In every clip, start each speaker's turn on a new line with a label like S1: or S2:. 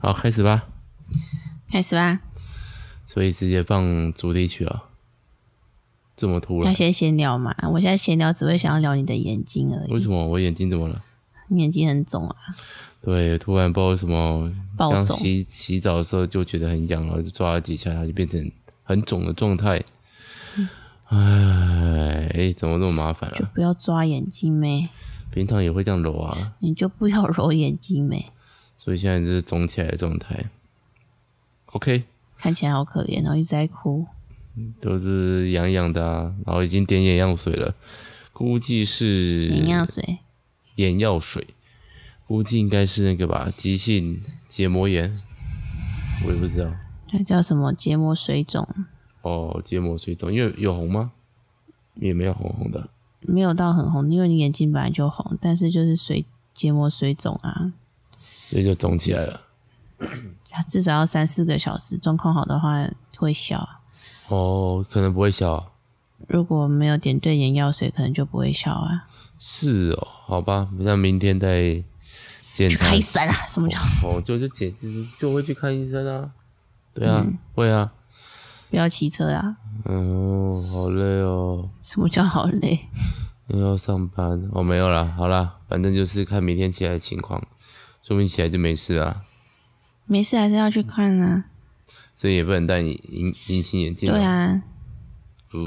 S1: 好，开始吧。
S2: 开始吧，
S1: 所以直接放主题曲啊，这么突
S2: 要
S1: 然？
S2: 先闲聊嘛。我现在闲聊只会想要聊你的眼睛而
S1: 为
S2: 已，
S1: 什么我眼睛怎么了？
S2: 你眼睛很肿啊，
S1: 对，突然不知道为什么，
S2: 爆
S1: 刚
S2: 肿。
S1: 洗洗澡的时候就觉得很痒，然后就抓了几下，它就变成很肿的状态。哎，哎，怎么这么麻烦
S2: 就
S1: 啊？
S2: 不要抓眼睛呗，
S1: 平常也会这样揉啊，
S2: 你就不要揉眼睛呗，
S1: 所以现在就是肿起来的状态。OK，
S2: 看起来好可怜，然后一直在哭。
S1: 都是痒痒的啊，然后已经点眼药水了，估计是
S2: 眼药水，
S1: 眼药水，估计应该是那个吧，急性结膜炎，我也不知道。
S2: 那叫什么结膜水肿？
S1: 哦，结膜水肿，因为有红吗？也没有红红的，
S2: 没有到很红，因为你眼睛本来就红，但是就是水结膜水肿啊，
S1: 所以就肿起来了。
S2: 至少要三四个小时，状况好的话会消。
S1: 哦，可能不会消啊、
S2: 如果没有点对眼药水，可能就不会消啊。
S1: 是哦，好吧，那明天再检
S2: 去
S1: 查
S2: 开。伞啊！什么叫
S1: 哦，就就检就是就会去看医生啊。对啊，会啊。
S2: 不要骑车啊？
S1: 嗯，好累哦，
S2: 什么叫好累？
S1: 又要上班。哦，没有啦，好啦，反正就是看明天起来的情况，说明起来就没事啊。
S2: 没事，还是要去看啊。
S1: 所以也不能戴隐隐隐形眼镜。
S2: 对，啊，
S1: 呃，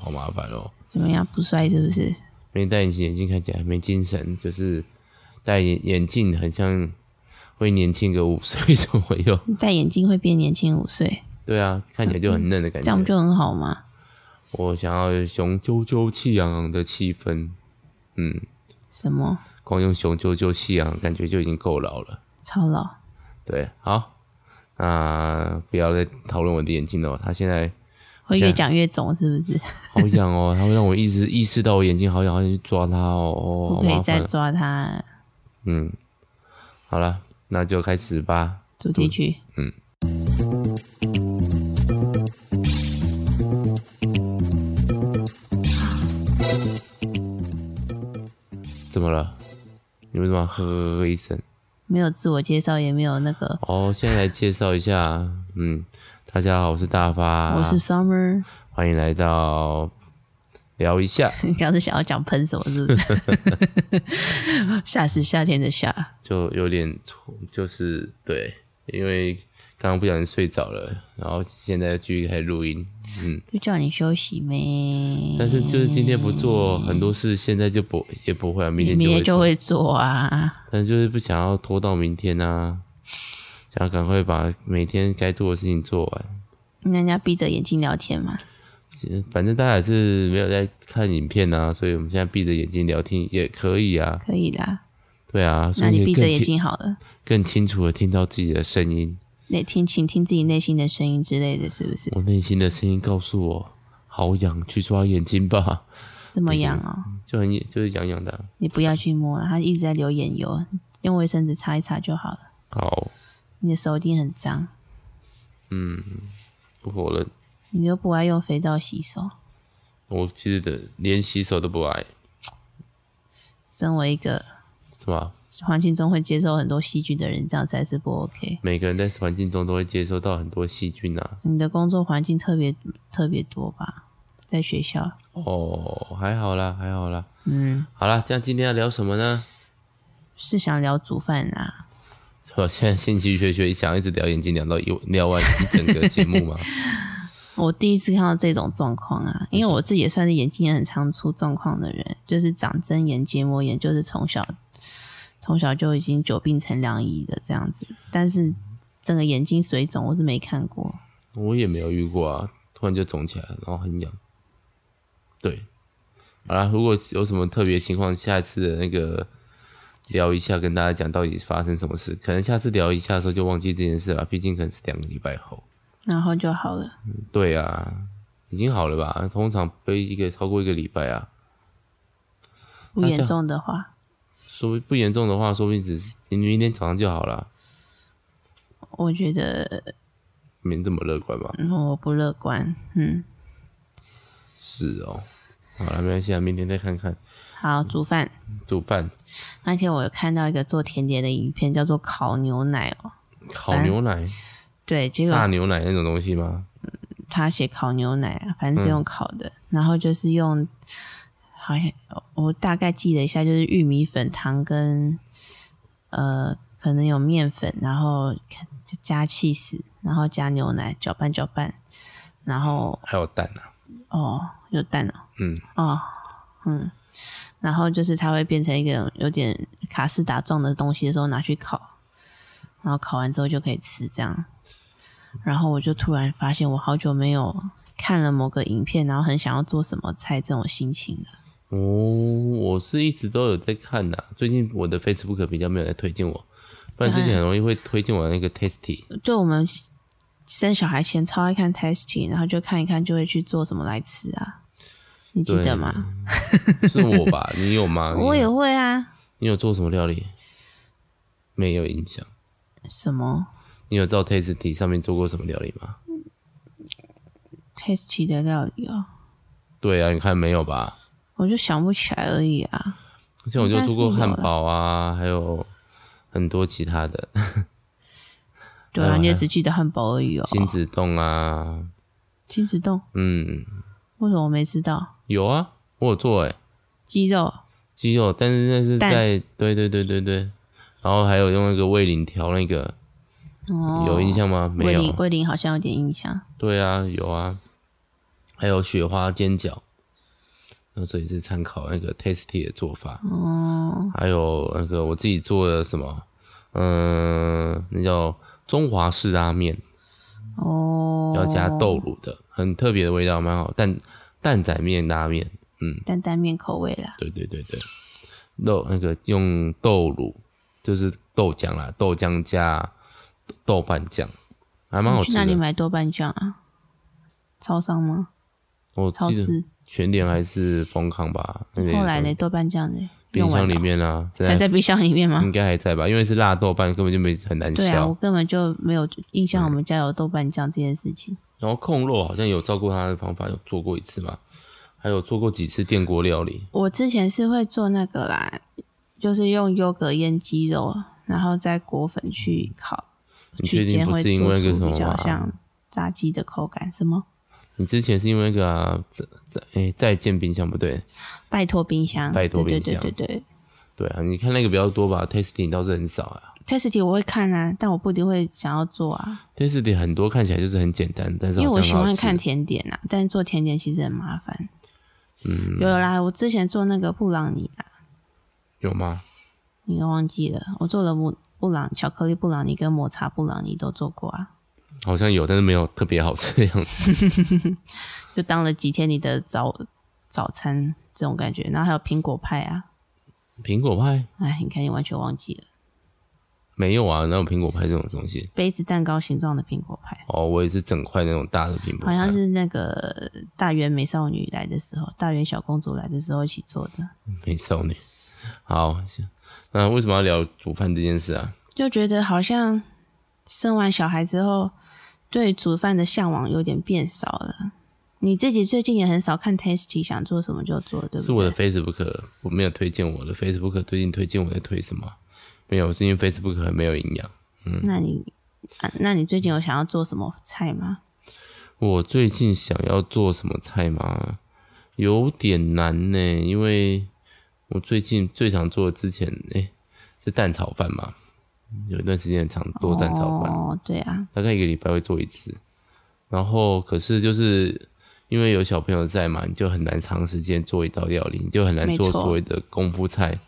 S1: 好麻烦哦。
S2: 怎么样？不帅是不是？
S1: 没戴隐形眼镜看起来没精神，就是戴眼眼镜很像会年轻个五岁左右。
S2: 戴眼镜会变年轻五岁，
S1: 对啊，看起来就很嫩的感
S2: 这样不
S1: 觉。
S2: 就很好吗？
S1: 我想要雄赳赳气昂昂的气氛，嗯，
S2: 什么
S1: 光用雄赳赳气昂感觉就已经够老了。
S2: 超老？
S1: 对，好，那不要再讨论我的眼睛了。它现在
S2: 会越讲越肿是不是？
S1: 好痒哦，它会让我一直意识到我眼睛好痒，好想去抓它哦，哦
S2: 不
S1: 好
S2: 可
S1: 麻
S2: 以
S1: 烦
S2: 再
S1: 哦
S2: 抓它。
S1: 嗯，好了，那就开始吧。
S2: 主题曲，
S1: 嗯。怎么了？你为什么要呵呵呵一声？
S2: 没有自我介绍，也没有那个。
S1: 哦，现在来介绍一下，嗯，大家好，我是大发，
S2: 我是 Summer，
S1: 欢迎来到聊一下，
S2: 你刚是想要讲喷什么是不是？夏是 夏天的夏，
S1: 就有点错，就是对，因为刚刚不小心睡着了，然后现在继续开始录音，嗯，
S2: 就叫你休息呗。
S1: 但是就是今天不做很多事，现在就不也不会啊，明
S2: 你
S1: 天
S2: 明天
S1: 就
S2: 就
S1: 会做。
S2: 会做啊。
S1: 但就是不想要拖到明天啊，想要赶快把每天该做的事情做完。
S2: 那人家闭着眼睛聊天嘛，
S1: 反正大家也是没有在看影片啊，所以我们现在闭着眼睛聊天也可以啊。
S2: 可以啦。
S1: 对啊，所
S2: 那你
S1: 以
S2: 闭
S1: 更
S2: 着眼
S1: 清
S2: 睛好了，
S1: 更清楚的听到自己的声音，
S2: 内听，请听自己内心的声音之类的，是不是？
S1: 我内心的声音告诉我，好痒，去抓眼睛吧，
S2: 这么痒哦，
S1: 就很就是痒痒的啊。
S2: 你不要去摸啊，它一直在流眼油，用卫生纸擦一擦就好了。
S1: 好，
S2: 你的手一定很脏，
S1: 不否认，
S2: 你又不爱用肥皂洗手。
S1: 我其实的连洗手都不爱，
S2: 身为一个
S1: 是吧？
S2: 环境中会接受很多细菌的人，这样才是不 OK。
S1: 每个人在环境中都会接收到很多细菌啊。
S2: 你的工作环境特别特别多吧？在学校，
S1: 哦，还好啦，还好啦。
S2: 嗯，
S1: 好啦，这样今天要聊什么呢？
S2: 是想聊煮饭啊啦、
S1: 我现在心气学学，想一直聊眼睛，聊到一聊完一整个节目嘛。
S2: 我第一次看到这种状况啊，因为我自己也算是眼睛也很常出状况的人，就是长针眼、结膜炎，就是从小从小就已经久病成良医的这样子。但是整个眼睛水肿，我是没看过。
S1: 我也没有遇过啊，突然就肿起来，然后很痒。对，好啦，如果有什么特别情况，下一次的那个聊一下，跟大家讲到底发生什么事。可能下次聊一下的时候就忘记这件事了，毕竟可能是两个礼拜后。
S2: 然后就好了，
S1: 对啊，已经好了吧？通常不会一个超过一个礼拜啊。
S2: 不严重的话，
S1: 说不严重的话，说不定只是你明天早上就好了，
S2: 我觉得
S1: 没这么乐观吧？
S2: 嗯我不乐观。嗯，
S1: 是哦，好了，没关系啊，明天再看看
S2: 好，煮饭
S1: 煮饭
S2: 那天我有看到一个做甜点的影片，叫做烤牛奶哦，
S1: 烤牛奶、
S2: 对，结
S1: 炸
S2: 果
S1: 牛奶那种东西吗？
S2: 他写烤牛奶啊，反正是用烤的，然后就是用，好像我大概记了一下，就是玉米粉、糖跟呃，可能有面粉，然后加 cheese，然后加牛奶，搅拌搅拌，然后
S1: 还有蛋啊，
S2: 哦，有蛋哦，
S1: 嗯，
S2: 哦，嗯，然后就是它会变成一个有点卡斯达状的东西的时候拿去烤，然后烤完之后就可以吃这样。然后我就突然发现，我好久没有看了某个影片，然后很想要做什么菜这种心情的。
S1: 哦，我是一直都有在看的、最近我的 Facebook 比较没有在推荐我，不然之前很容易会推荐我那个 Tasty。
S2: 就我们生小孩前超爱看 testing，然后就看一看就会去做什么来吃啊，你记
S1: 对
S2: 得吗？
S1: 是我吧？你有 吗？
S2: 哎我
S1: 你
S2: 也会啊，
S1: 你有做什么料理？没有印象。
S2: 什么
S1: 你有照 Tasty 上面做过什么料理吗？
S2: testing 的料理哦，
S1: 对啊，你看没有吧？
S2: 我就想不起来而已啊。
S1: 像我就做过
S2: 应该是有
S1: 汉
S2: 啦哦
S1: 堡啊，还有很多其他的
S2: 对啊，你也只记得汉堡而已哦。
S1: 亲子冻啊，
S2: 亲子冻，
S1: 嗯，
S2: 为什么我没吃到？
S1: 有啊，我有做哎、
S2: 鸡肉
S1: 鸡肉，但是那是
S2: 蛋
S1: 在对对对对对，然后还有用那个味淋调那个，
S2: 哦，
S1: 有印象吗？没
S2: 桂林
S1: 有。
S2: 桂林好像有点印象。
S1: 对啊，有啊，还有雪花煎饺，那所以是参考那个 Tasty 的做法。
S2: 哦，
S1: 还有那个我自己做的什么，嗯、那叫中华式拉面，
S2: 哦，
S1: 要加豆乳的，很特别的味道，蛮好。蛋蛋仔面拉面，
S2: 担担面口味啦。
S1: 对对对对，豆那个用豆乳，就是豆浆啦，豆浆加豆瓣酱，还蛮好
S2: 你
S1: 吃
S2: 去哪里
S1: 的。
S2: 买豆瓣酱啊？超商吗？
S1: 我
S2: 超
S1: 记得
S2: 市？
S1: 全联还是丰康吧，那个
S2: 后来嘞，豆瓣酱嘞，
S1: 冰
S2: 用完
S1: 箱
S2: 了
S1: 里面啊，
S2: 才在冰箱里面吗
S1: 应？该还在吧，因为是辣豆瓣，根本就没很难
S2: 对啊，
S1: 消。
S2: 我根本就没有印象我们家有豆瓣酱这件事情。
S1: 然后控肉好像有照顾他的方法，有做过一次嘛，还有做过几次电锅料理。
S2: 我之前是会做那个啦，就是用优格腌鸡肉，然后再裹粉去烤，
S1: 嗯你确
S2: 去
S1: 定
S2: 煎
S1: 不
S2: 会
S1: 是因为
S2: 做
S1: 那个
S2: 出
S1: 什么
S2: 比较
S1: 吗？
S2: 像炸鸡的口感。什么？
S1: 你之前是因为那个啊，在在哎再见冰箱不对，
S2: 拜托冰箱，
S1: 拜托冰
S2: 对
S1: 箱
S2: 对对对对。
S1: 对啊，你看那个比较多吧，Tasty 倒是很少啊
S2: test 我会看啊，但我不一定会想要做啊，
S1: ，Tasty 很多看起来就是很简单，但是
S2: 因为
S1: 好
S2: 我喜
S1: 像很好
S2: 欢
S1: 吃
S2: 看甜点啊，但做甜点其实很麻烦。嗯，有啦，我之前做那个布朗尼啊，
S1: 有吗？
S2: 你都忘记了，我做了布布朗巧克力布朗尼跟抹茶布朗尼都做过啊，
S1: 好像有，但是没有特别好吃的样子。
S2: 就当了几天你的早早餐这种感觉，然后还有苹果派啊，
S1: 苹果派
S2: 哎，你看你完全忘记了，
S1: 没有啊，哪有苹果派这种东西？
S2: 杯子蛋糕形状的苹果派，
S1: 哦，我也是整块那种大的苹果
S2: 好
S1: 派，
S2: 像是那个大圆美少女来的时候，大圆小公主来的时候一起做的，
S1: 美少女。好，行那为什么要聊煮饭这件事啊？
S2: 就觉得好像生完小孩之后，对煮饭的向往有点变少了。你自己最近也很少看 Tasty，想做什么就做，对不对？
S1: 是我的 Facebook，我没有推荐我的 Facebook，最近推荐我在推什么？没有，最近 Facebook 很没有营养。
S2: 那你、啊那你最近有想要做什么菜吗？
S1: 我最近想要做什么菜吗？有点难呢、因为我最近最常做的之前，哎、是蛋炒饭嘛，有一段时间很常做蛋炒饭，
S2: 哦，对啊，
S1: 大概一个礼拜会做一次。然后可是就是因为有小朋友在嘛，你就很难长时间做一道料理，你就很难
S2: 没
S1: 做
S2: 错
S1: 所谓的功夫菜。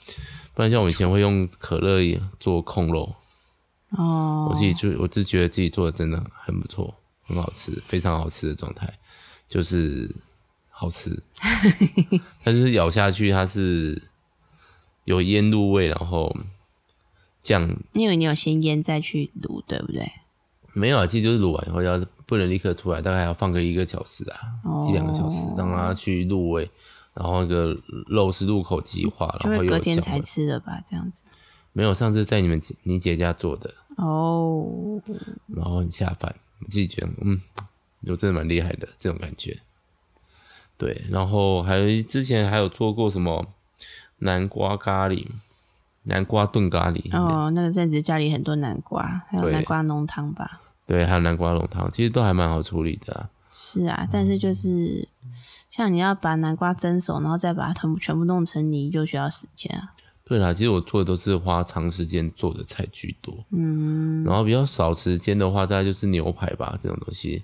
S1: 不然像我以前会用可乐做控肉，
S2: 哦，
S1: 我自己就我自己觉得自己做的真的很不错，很好吃，非常好吃的状态，就是好 吃。它就是咬下去，它是有腌入味，然后酱
S2: 因为你有先腌再去卤，对不对？
S1: 没有啊，其实就是卤完以后要不能立刻出来，大概要放个一个小时啊，
S2: 哦
S1: 一两个小时，让它去入味，然后那个肉是入口即化，
S2: 就
S1: 然后哦又
S2: 是隔
S1: 有
S2: 天
S1: 香
S2: 才
S1: 味。
S2: 吃的吧，这样子。
S1: 没有，上次在你们姐你姐家做的，
S2: 哦，
S1: 然后很下饭，我自己觉得，嗯，我真的蛮厉害的这种感觉。对，然后还有之前还有做过什么南瓜咖喱，南瓜炖咖喱，
S2: 哦，那个阵子家里很多南瓜，还有
S1: 对
S2: 南瓜浓汤吧。
S1: 对，还有南瓜浓汤，其实都还蛮好处理的啊、
S2: 是啊，但是就是像你要把南瓜蒸熟，然后再把它全部全部弄成泥，就需要时间啊。
S1: 对啦，其实我做的都是花长时间做的菜居多，
S2: 嗯，
S1: 然后比较少时间的话，大概就是牛排吧这种东西，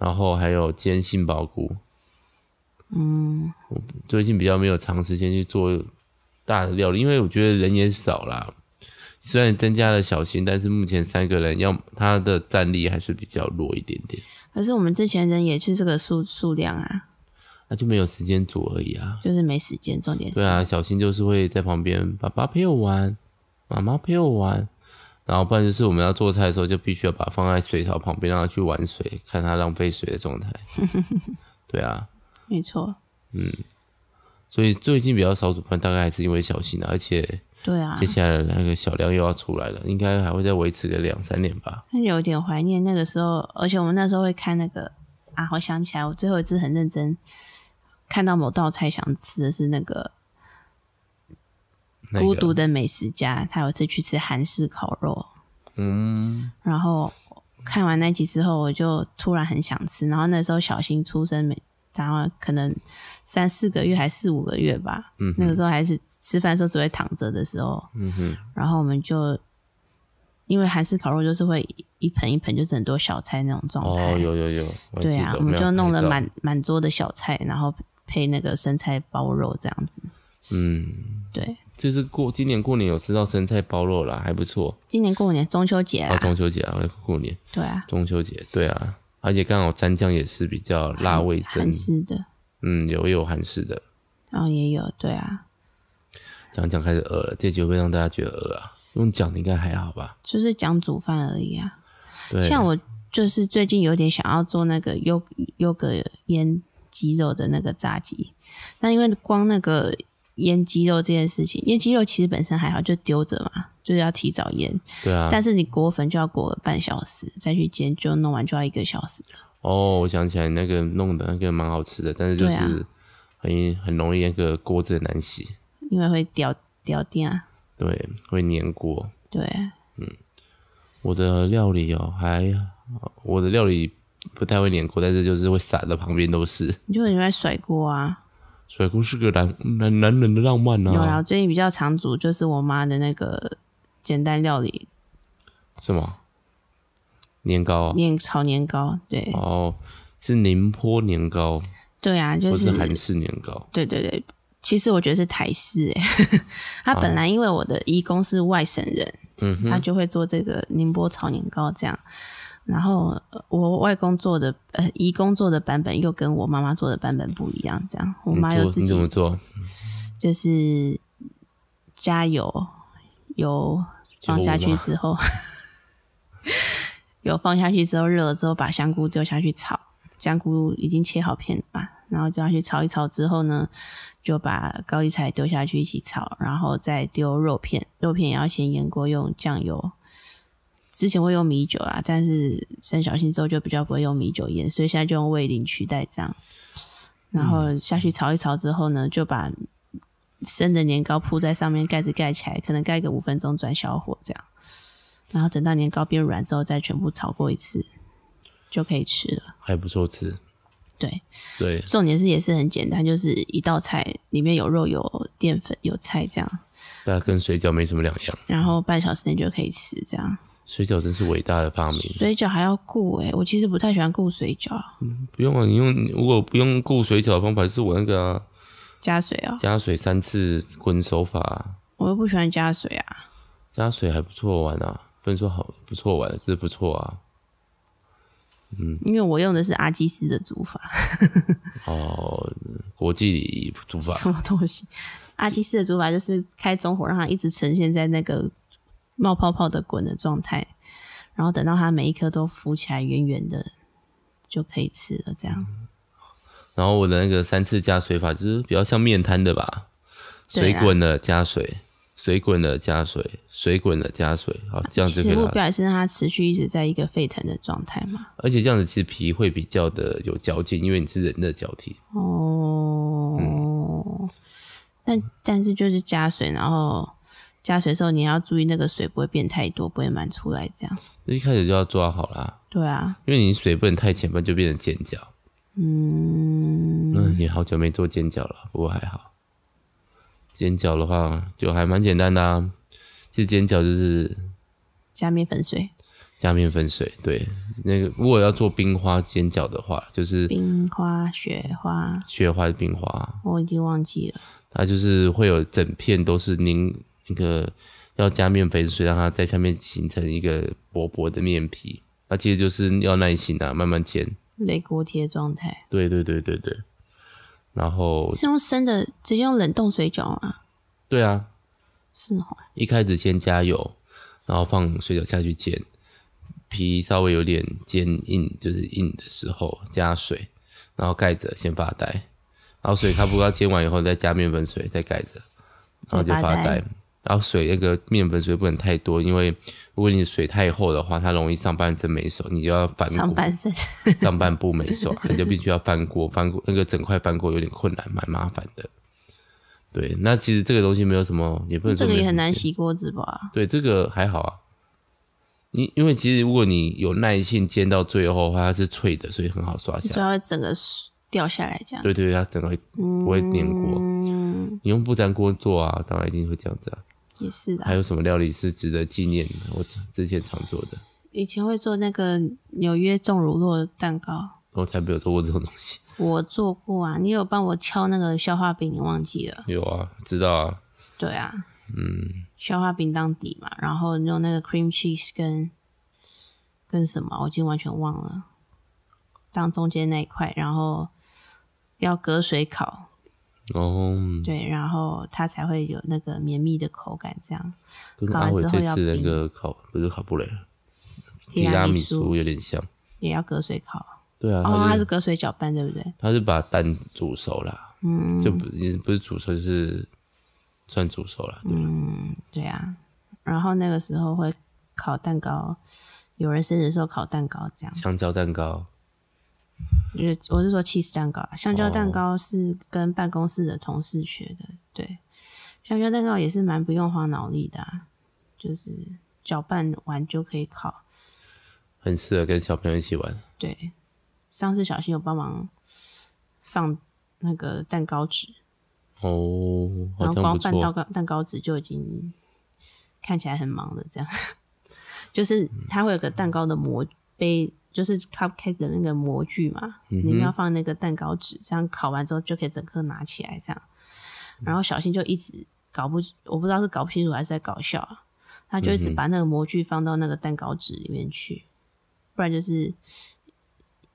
S1: 然后还有煎杏鲍菇。
S2: 嗯，
S1: 最近比较没有长时间去做大的料理，因为我觉得人也少啦。虽然增加了小新，但是目前三个人要他的战力还是比较弱一点点，
S2: 可是我们之前人也是这个数数量啊，
S1: 那就没有时间做而已啊。
S2: 就是没时间，重点是
S1: 对，啊，小新就是会在旁边，爸爸陪我玩，妈妈陪我玩，然后不然就是我们要做菜的时候，就必须要把它放在水槽旁边，让它去玩水，看它浪费水的状 态。对啊，
S2: 没错，
S1: 所以最近比较少煮饭，大概还是因为小新啊，而且
S2: 对啊
S1: 接，下来那个小量又要出来了，应该还会再维持个两三年吧。
S2: 那有点怀念那个时候，而且我们那时候会看那个啊，我想起来，我最后一次很认真看到某道菜想吃的是那个
S1: 那
S2: 孤
S1: 个
S2: 独的美食家，他有一次去吃韩式烤肉，
S1: 嗯，
S2: 然后看完那集之后，我就突然很想吃。然后那时候小新出生没，然后可能三四个月还四五个月吧，
S1: 嗯哼
S2: 那个时候还是吃饭的时候只会躺着的时候，
S1: 嗯哼，
S2: 然后我们就因为韩式烤肉就是会一盆一盆，就是很多小菜那种状态，
S1: 哦，有有有，我还
S2: 对
S1: 记
S2: 啊
S1: 得，
S2: 我们就
S1: 有
S2: 弄
S1: 拍
S2: 了
S1: 照
S2: 满满桌的小菜，然后配那个生菜包肉这样子，
S1: 嗯，
S2: 对。
S1: 就是过今年过年有吃到生菜包肉啦，还不错。
S2: 今年过年中秋节啊
S1: 到，中秋节啊，过年
S2: 对啊，
S1: 中秋节，对啊，而且刚好蘸酱也是比较辣味
S2: 韩
S1: 增，
S2: 式的，
S1: 嗯，有也有韩式的。
S2: 然后也有，对啊，
S1: 讲讲开始饿了，这集会不会让大家觉得饿啊？用讲的应该还好吧？
S2: 就是讲煮饭而已啊。
S1: 对，
S2: 像我就是最近有点想要做那个优优格腌鸡肉的那个炸鸡，那因为光那个腌鸡肉这件事情，腌鸡肉其实本身还好，就丢着嘛，就是要提早腌。
S1: 对啊，
S2: 但是你裹粉就要裹个半小时，再去煎，就弄完就要一个小时。
S1: 哦，我想起来那个弄的那个蛮好吃的，但是就
S2: 对啊
S1: 是很很容易那个锅子很难洗，
S2: 因为会掉掉电啊。
S1: 对，会粘锅。
S2: 对，啊
S1: 我的料理哦，还我的料理不太会粘锅，但是就是会撒的旁边都是。
S2: 你就很喜欢甩锅啊。
S1: 甩锅是个男男男人的浪漫
S2: 有啦，
S1: 啊，
S2: 我最近比较常煮就是我妈的那个简单料理，
S1: 什么年糕啊？
S2: 面炒年糕。对，
S1: 哦，是宁波年糕，
S2: 对啊，就
S1: 不
S2: 是
S1: 是韩式年糕。
S2: 对对对，其实我觉得是台式哎、 他本来因为我的义工是外省人，
S1: 哦嗯哼，
S2: 他就会做这个宁波炒年糕这样。然后呃我外公做的呃，义工做的版本又跟我妈妈做的版本不一样，这样我
S1: 你
S2: 妈又
S1: 做
S2: 自
S1: 你怎么
S2: 己
S1: 做？
S2: 就是加油油放下
S1: 油
S2: 去
S1: 吗
S2: 之后，油放下去之后热了之后，把香菇丢下去炒，香菇已经切好片了嘛，然后丢下去炒一炒之后呢，就把高丽菜丢下去一起炒，然后再丢肉片，肉片也要先腌过，用酱油。之前会用米酒啊，但是生小新之后就比较不会用米酒腌，所以现在就用味淋取代这样。然后下去炒一炒之后呢，就把生的年糕铺在上面，盖子盖起来，可能盖个五分钟，转小火这样。然后等到年糕变软之后，再全部炒过一次，就可以吃了。
S1: 还不错吃。
S2: 对，
S1: 对，
S2: 重点是也是很简单，就是一道菜里面有肉、有淀粉、有菜这样，
S1: 大家跟水饺没什么两样。
S2: 然后半小时内就可以吃这样。
S1: 水饺真是伟大的发明。
S2: 水饺还要顾诶、我其实不太喜欢顾水饺，
S1: 不用啊，你用如果不用顾水饺的方法，就是我那个、啊、
S2: 加水哦、
S1: 加水三次滚手法啊、
S2: 我又不喜欢加水啊。
S1: 加水还不错玩啊，不能说好不错玩，是不错啊。
S2: 因为我用的是阿基斯的煮法，
S1: 哦，国际礼仪煮法
S2: 什么东西？阿基斯的煮法就是开中火，让它一直呈现在那个冒泡泡的滚的状态，然后等到它每一颗都浮起来圆圆的，就可以吃了。这样，
S1: 然后我的那个三次加水法就是比较像面摊的吧，水
S2: 对啊
S1: 滚了加水，水滚了加水，水滚了加水，好这样
S2: 啊其
S1: 子
S2: 实
S1: 给
S2: 目
S1: 它，
S2: 标也是让它持续一直在一个沸腾的状态嘛。
S1: 而且这样子其实皮会比较的有嚼劲，因为你是人的脚蹄，嗯
S2: 哦，那但是就是加水，然后加水的时候，你要注意那个水不会变太多，不会满出来这样。
S1: 那一开始就要抓好啦，
S2: 对啊，
S1: 因为你水不能太浅，不然就变成尖角。
S2: 嗯，
S1: 嗯，也好久没做煎饺了，不过还好。煎饺的话就还蛮简单的、啊，其实煎饺就是
S2: 加面粉水、
S1: 加面粉水。对，那个如果要做冰花煎饺的话，就是
S2: 冰花、雪花，
S1: 雪花的冰花，
S2: 我已经忘记了。
S1: 它就是会有整片都是凝那个要加面粉水，让它在下面形成一个薄薄的面皮。那其实就是要耐心啊，慢慢煎。
S2: 擂锅贴状态
S1: 对对对对对。然后
S2: 是用生的，直接用冷冻水饺啊？
S1: 对啊，
S2: 是哦，
S1: 一开始先加油，然后放水饺下去煎，皮稍微有点坚硬，就是硬的时候加水，然后盖着先发呆，然后水差不多要煎完以后再加面粉水，再盖着，然后就发
S2: 再发
S1: 呆
S2: 呆。
S1: 然后水那个面粉水不能太多，因为如果你水太厚的话，它容易上半身没熟，你就要翻
S2: 上
S1: 锅，
S2: 半身
S1: 上半部没熟，你就必须要翻锅，翻锅那个整块翻锅有点困难，蛮麻烦的。对，那其实这个东西没有什么，也不能
S2: 这
S1: 说
S2: 个
S1: 没
S2: 也
S1: 有
S2: 很难
S1: 简单
S2: 洗锅子吧？
S1: 对，这个还好啊。因因为其实如果你有耐性煎到最后的话，它是脆的，所以很好刷
S2: 你主
S1: 下来。
S2: 要整个掉下来这样
S1: 对
S2: 子，
S1: 对，它整个会不会粘锅。
S2: 嗯，
S1: 你用不粘锅做啊，当然一定会这样子啊。
S2: 也是的
S1: 还。有什么料理是值得纪念的？我之之前常做的，
S2: 以前会做那个纽约重乳酪蛋糕，
S1: 我哦才没有做过这种东西。
S2: 我做过啊，你有帮我敲那个消化饼，你忘记了？
S1: 有啊，知道啊，
S2: 对啊，
S1: 嗯，
S2: 消化饼当底嘛，然后用那个 cream cheese 跟跟什么，我已经完全忘了，当中间那一块，然后要隔水烤，
S1: 哦，
S2: 对，然后它才会有那个绵密的口感，这样
S1: 跟
S2: 烤
S1: 阿
S2: 完
S1: 伟
S2: 之后
S1: 这
S2: 要
S1: 次那
S2: 冰
S1: 个烤不是烤布雷，啊
S2: 提
S1: 提拉
S2: 拉
S1: 米
S2: 米
S1: 苏
S2: 苏
S1: 有点像。
S2: 也要隔水烤。
S1: 对啊，
S2: 哦，
S1: 它
S2: 它
S1: 就是
S2: 隔水搅拌，对不对？
S1: 它是把蛋煮熟啦，
S2: 嗯
S1: 就不也不是煮熟，就是算煮熟啦。对，
S2: 嗯，对啊。然后那个时候会烤蛋糕，有人生日的时候烤蛋糕，这样。
S1: 香蕉蛋糕，
S2: 就是我是说 cheese 蛋糕啊，香蕉
S1: 哦
S2: 蛋糕是跟办公室的同事学的，对，香蕉蛋糕也是蛮不用花脑力的、啊，就是搅拌完就可以烤。
S1: 很适合跟小朋友一起玩。
S2: 对，上次小新有帮忙放那个蛋糕纸，
S1: 哦，好
S2: 然后
S1: 像不
S2: 光拌蛋
S1: 错。
S2: 糕蛋糕纸就已经看起来很忙了，这样。 就是
S1: 嗯
S2: 它会有个蛋糕的模杯，就是 cupcake 的那个模具嘛，
S1: 嗯
S2: 里面要放那个蛋糕纸，这样烤完之后就可以整颗拿起来这样。
S1: 嗯
S2: 然后小新就一直搞不，我不知道是搞不清楚还是在搞笑啊，他就一
S1: 嗯
S2: 直把那个模具放到那个蛋糕纸里面去，不然就是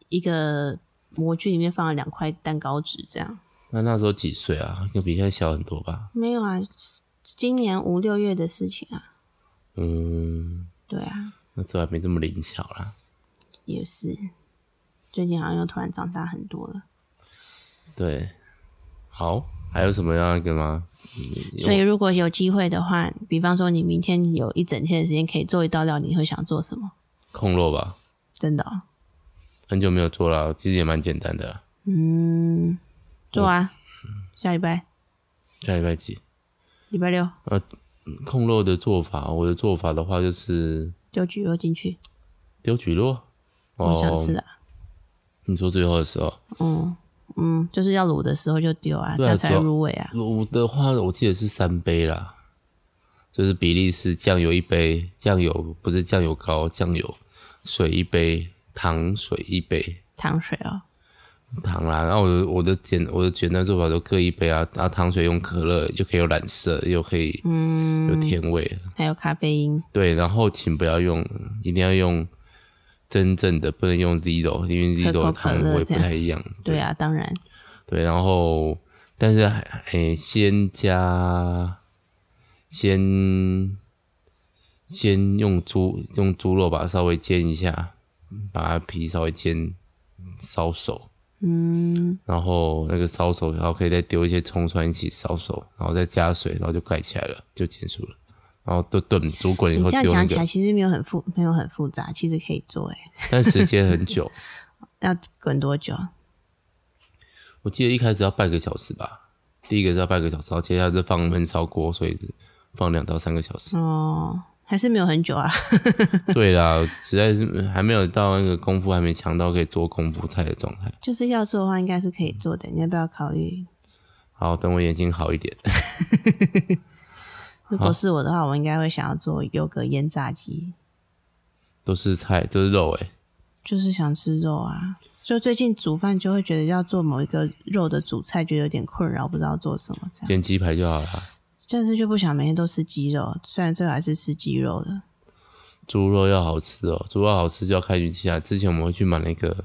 S2: 一个模具里面放了两块蛋糕纸这样。
S1: 那那时候几岁啊？应该比现在小很多吧？
S2: 没有啊，今年五六月的事情啊。
S1: 嗯，
S2: 对啊，
S1: 那时候还没这么灵巧啦。
S2: 也是。最近好像又突然长大很多了，
S1: 对，好，还有什么要那个吗？
S2: 所以如果有机会的话，比方说你明天有一整天的时间可以做一道料，你会想做什么？
S1: 控肉吧，
S2: 真的哦、
S1: 很久没有做了，其实也蛮简单的啦。
S2: 嗯，做啊，下礼拜
S1: 下礼拜几？
S2: 礼拜六
S1: 控肉的做法，我的做法的话就是
S2: 丢橘肉进去，
S1: 丢蒟蒻。
S2: 我想吃
S1: 哦，
S2: 的啊、
S1: 你说最后的时候，
S2: 嗯嗯，就是要卤的时候就丢啊，这
S1: 对啊
S2: 样才
S1: 主要
S2: 入味啊。
S1: 卤的话，我记得是三杯啦，就是比利时酱油一杯，酱油不是酱油膏，酱油水一杯，糖水一杯，
S2: 糖水哦，
S1: 糖啦。然后我的我的简我的简单做法都各一杯啊，然后糖水用可乐，又可以有染色，又可以
S2: 嗯
S1: 有甜味。
S2: 还有咖啡因，
S1: 对，然后请不要用，一定要用真正的，不能用 zero，因为
S2: 可
S1: zero
S2: 口
S1: 的
S2: 可
S1: 糖
S2: 乐
S1: 味
S2: 这
S1: 不
S2: 样
S1: 太一样。
S2: 对啊，当然
S1: 对，然后但是还诶、先加先先用猪用猪肉把它稍微煎一下，把它皮稍微煎烧熟，嗯，然后那个烧熟，然后可以再丢一些葱蒜一起烧熟，然后再加水，然后就盖起来了，就结束了。然后都炖煮滚以
S2: 你
S1: 后
S2: 这样
S1: 丢那
S2: 讲起来
S1: 个，
S2: 其实没有很复没有很复杂，其实可以做哎、
S1: 但时间很久，
S2: 要滚多久？
S1: 我记得一开始要半个小时吧，第一个是要半个小时，然后接下来是放焖烧锅，所以放两到三个小 时。
S2: 哦，还是没有很久啊。
S1: 对啦，实在是还没有到那个功夫还没强到可以做功夫菜的状态。
S2: 就是要做的话，应该是可以做的。你要不要考虑？
S1: 好，等我眼睛好一点。
S2: 如果是我的话，我应该会想要做优格腌炸鸡，
S1: 都是菜，都是肉诶、哎
S2: 就是想吃肉啊。就最近煮饭就会觉得要做某一个肉的主菜，觉得有点困扰，不知道做什么这样。
S1: 煎鸡排就好了。
S2: 但是就不想每天都吃鸡肉，虽然最后还是吃鸡肉的。
S1: 猪肉要好吃哦，猪肉好吃就要开运气啊。之前我们会去买那个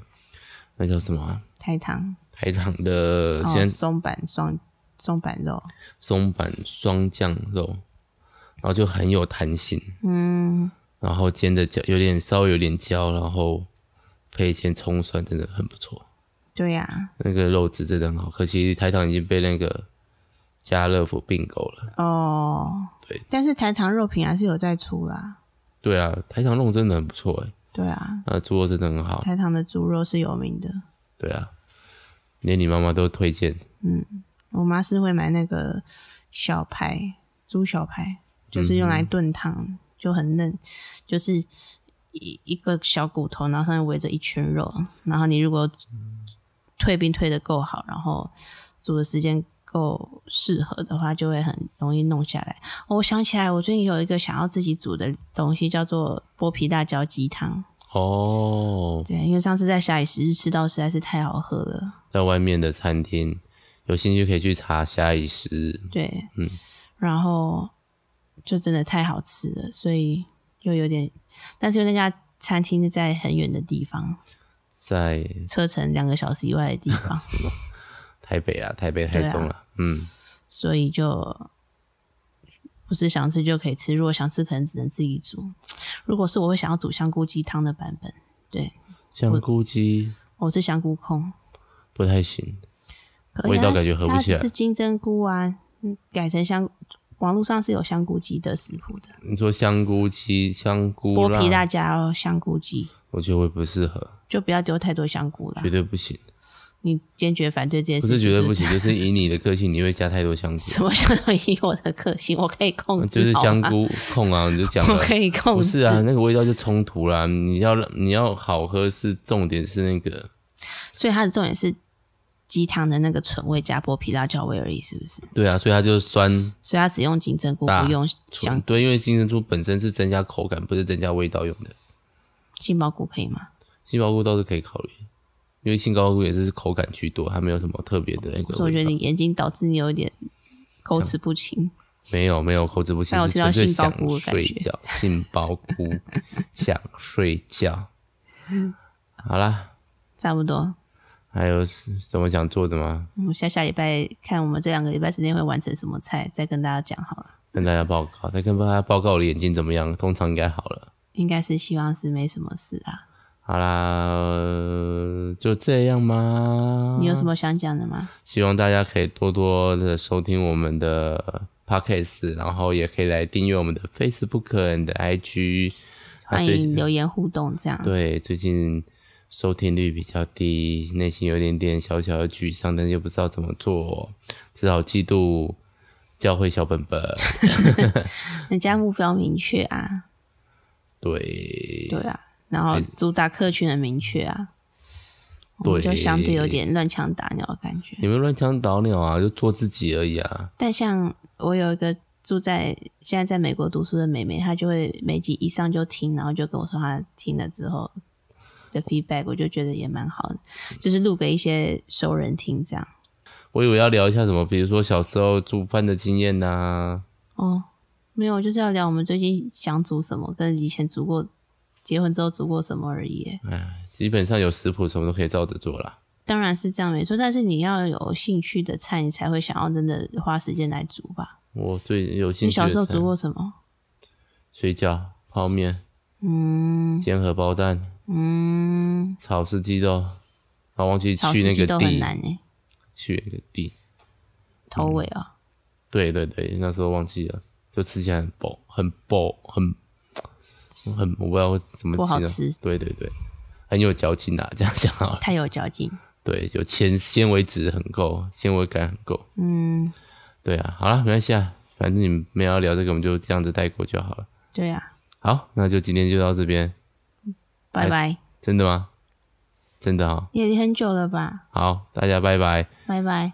S1: 那叫什么啊、
S2: 开膛
S1: 台糖的现
S2: 哦，
S1: 在
S2: 松板双松板肉，
S1: 松板双酱肉，然后就很有弹性，
S2: 嗯，
S1: 然后煎的焦有点稍微有点焦，然后配一些葱蒜，真的很不错。
S2: 对呀、
S1: 那个肉质真的很好，可惜台糖已经被那个家乐福并购了。
S2: 哦，
S1: 对，
S2: 但是台糖肉品还是有在出啦，
S1: 对啊，台糖肉真的很不错哎，
S2: 对啊，
S1: 那猪肉真的很好。
S2: 台糖的猪肉是有名的。
S1: 对啊，连你妈妈都推荐。
S2: 我妈是会买那个小排猪小排，就是用来炖汤，就很嫩，就是一一个小骨头，然后上面围着一圈肉，然后你如果退冰退的够好，然后煮的时间够适合的话，就会很容易弄下来。哦我想起来，我最近有一个想要自己煮的东西，叫做剥皮辣椒鸡汤。
S1: 哦，
S2: 对，因为上次在下雨时日吃到实在是太好喝了。
S1: 在外面的餐厅，有兴趣可以去查虾夷时日。
S2: 对，嗯，然后就真的太好吃了，所以又有点，但是因为那家餐厅是在很远的地方，
S1: 在
S2: 车程两个小时以外的地 方，
S1: 台北啊，台北、台中啊，嗯，
S2: 所以就不是想吃就可以吃，如果想吃可能只能自己煮。如果是我会想要煮香菇鸡汤的版本，对
S1: 香菇鸡
S2: 我是香菇控，
S1: 不太行，
S2: 可以啊
S1: 味道感觉合不
S2: 它
S1: 起来
S2: 只是金针菇啊，嗯改成香，网络上是有香菇鸡的食谱的，
S1: 你说香菇鸡、香菇
S2: 剥皮
S1: 辣，
S2: 辣椒香菇鸡。
S1: 我觉得会不适合，
S2: 就不要丢太多香菇啦
S1: 绝。对不行，
S2: 你坚决反对这件
S1: 不
S2: 事
S1: 是
S2: 情，
S1: 绝对
S2: 是
S1: 不
S2: 啊是
S1: 行，就是以你的个性，你会加太多香菇，
S2: 什么叫做以我的个性，我可以控
S1: 嗯就
S2: 制，
S1: 是香
S2: 好吗，
S1: 菇控啊，你就讲
S2: 我
S1: 了。
S2: 可以控
S1: 不
S2: 制。
S1: 是啊，，那个味道就冲突啦。你要你要好喝是重点，是那个
S2: 所以它的重点是鸡汤的那个醇味加剥皮辣椒味而已，是不是？
S1: 对啊，所以它就是酸
S2: 所以它只用金针菇，
S1: 大
S2: 不用
S1: 纯
S2: 香
S1: 对，因为金针菇本身是增加口感，不是增加味道用的。
S2: 杏鲍菇，可以吗？
S1: 杏鲍菇倒是可以考虑，因为杏鲍菇也是口感居多，它没有什么特别的那个
S2: 所以我觉
S1: 味
S2: 得
S1: 道。
S2: 你眼睛导致你有一点口齿不清。
S1: 没有没有，口齿不清
S2: 但，我
S1: 是
S2: 吃到
S1: 纯粹想
S2: 杏鲍菇的感
S1: 睡
S2: 觉
S1: 觉。杏鲍菇 想睡觉。好啦，
S2: 差不多，
S1: 还有什么想做的吗？
S2: 我们下下礼拜看我们这两个礼拜之内会完成什么菜，再跟大家讲好了。
S1: 跟大家报告，再跟大家报告我的眼睛怎么样，通常应该好了。
S2: 应该是希望是没什么事
S1: 嗯
S2: 啊。
S1: 好啦，就这样吗？
S2: 你有什么想讲的吗？
S1: 希望大家可以多多的收听我们的 podcast，然后也可以来订阅我们的 Facebook 和 IG。啊
S2: 欢
S1: 最
S2: 迎留言互动，这样。
S1: 对，最近收听率比较低，内心有点点小小的沮丧，但是又不知道怎么做，只好嫉妒教会小本本。
S2: 人家目标明确啊，
S1: 对，哎
S2: 对啊，然后主打客群很明确啊，我们
S1: 对
S2: 就相对有点乱枪打鸟的感觉。
S1: 你们乱枪倒鸟啊，就做自己而已啊。
S2: 但像我有一个住在现在在美国读书的妹妹，她就会每集一上就听，然后就跟我说她听了之后的 feedback，我就觉得也蛮好的，就是录给一些熟人听这样。
S1: 我以为要聊一下什么，比如说小时候煮饭的经验呐、
S2: 哦，没有，就是要聊我们最近想煮什么，跟以前煮过，结婚之后煮过什么而已耶。
S1: 基本上有食谱，什么都可以照着做啦。
S2: 当然是这样没错，但是你要有兴趣的菜，你才会想要真的花时间来煮吧。
S1: 我最有兴
S2: 你
S1: 趣的
S2: 小时候
S1: 菜
S2: 煮过什么？
S1: 水饺、泡面、
S2: 嗯
S1: 煎荷包蛋、
S2: 嗯，
S1: 炒四季豆，然后忘记
S2: 炒
S1: 去
S2: 四
S1: 那
S2: 季
S1: 个
S2: 豆很
S1: 地，嗯
S2: 难诶、
S1: 去那个地。
S2: 头尾哦、
S1: 对对对，那时候忘记了，就吃起来很薄，很薄，很很，我不知道怎么
S2: 不好
S1: 形容
S2: 吃
S1: 对对对，很有嚼劲啊，这 样讲好了。
S2: 太有嚼劲。
S1: 对，有纤纤维质很够，纤维感很够。
S2: 嗯，
S1: 对啊，好了，没关系啊，反正你们没有要聊这个，我们就这样子带过就好了。
S2: 对啊，
S1: 好，那就今天就到这边，
S2: 拜拜，
S1: 真的吗？真的哈、哦
S2: 也很久了吧，
S1: 好，大家拜拜。
S2: 拜拜。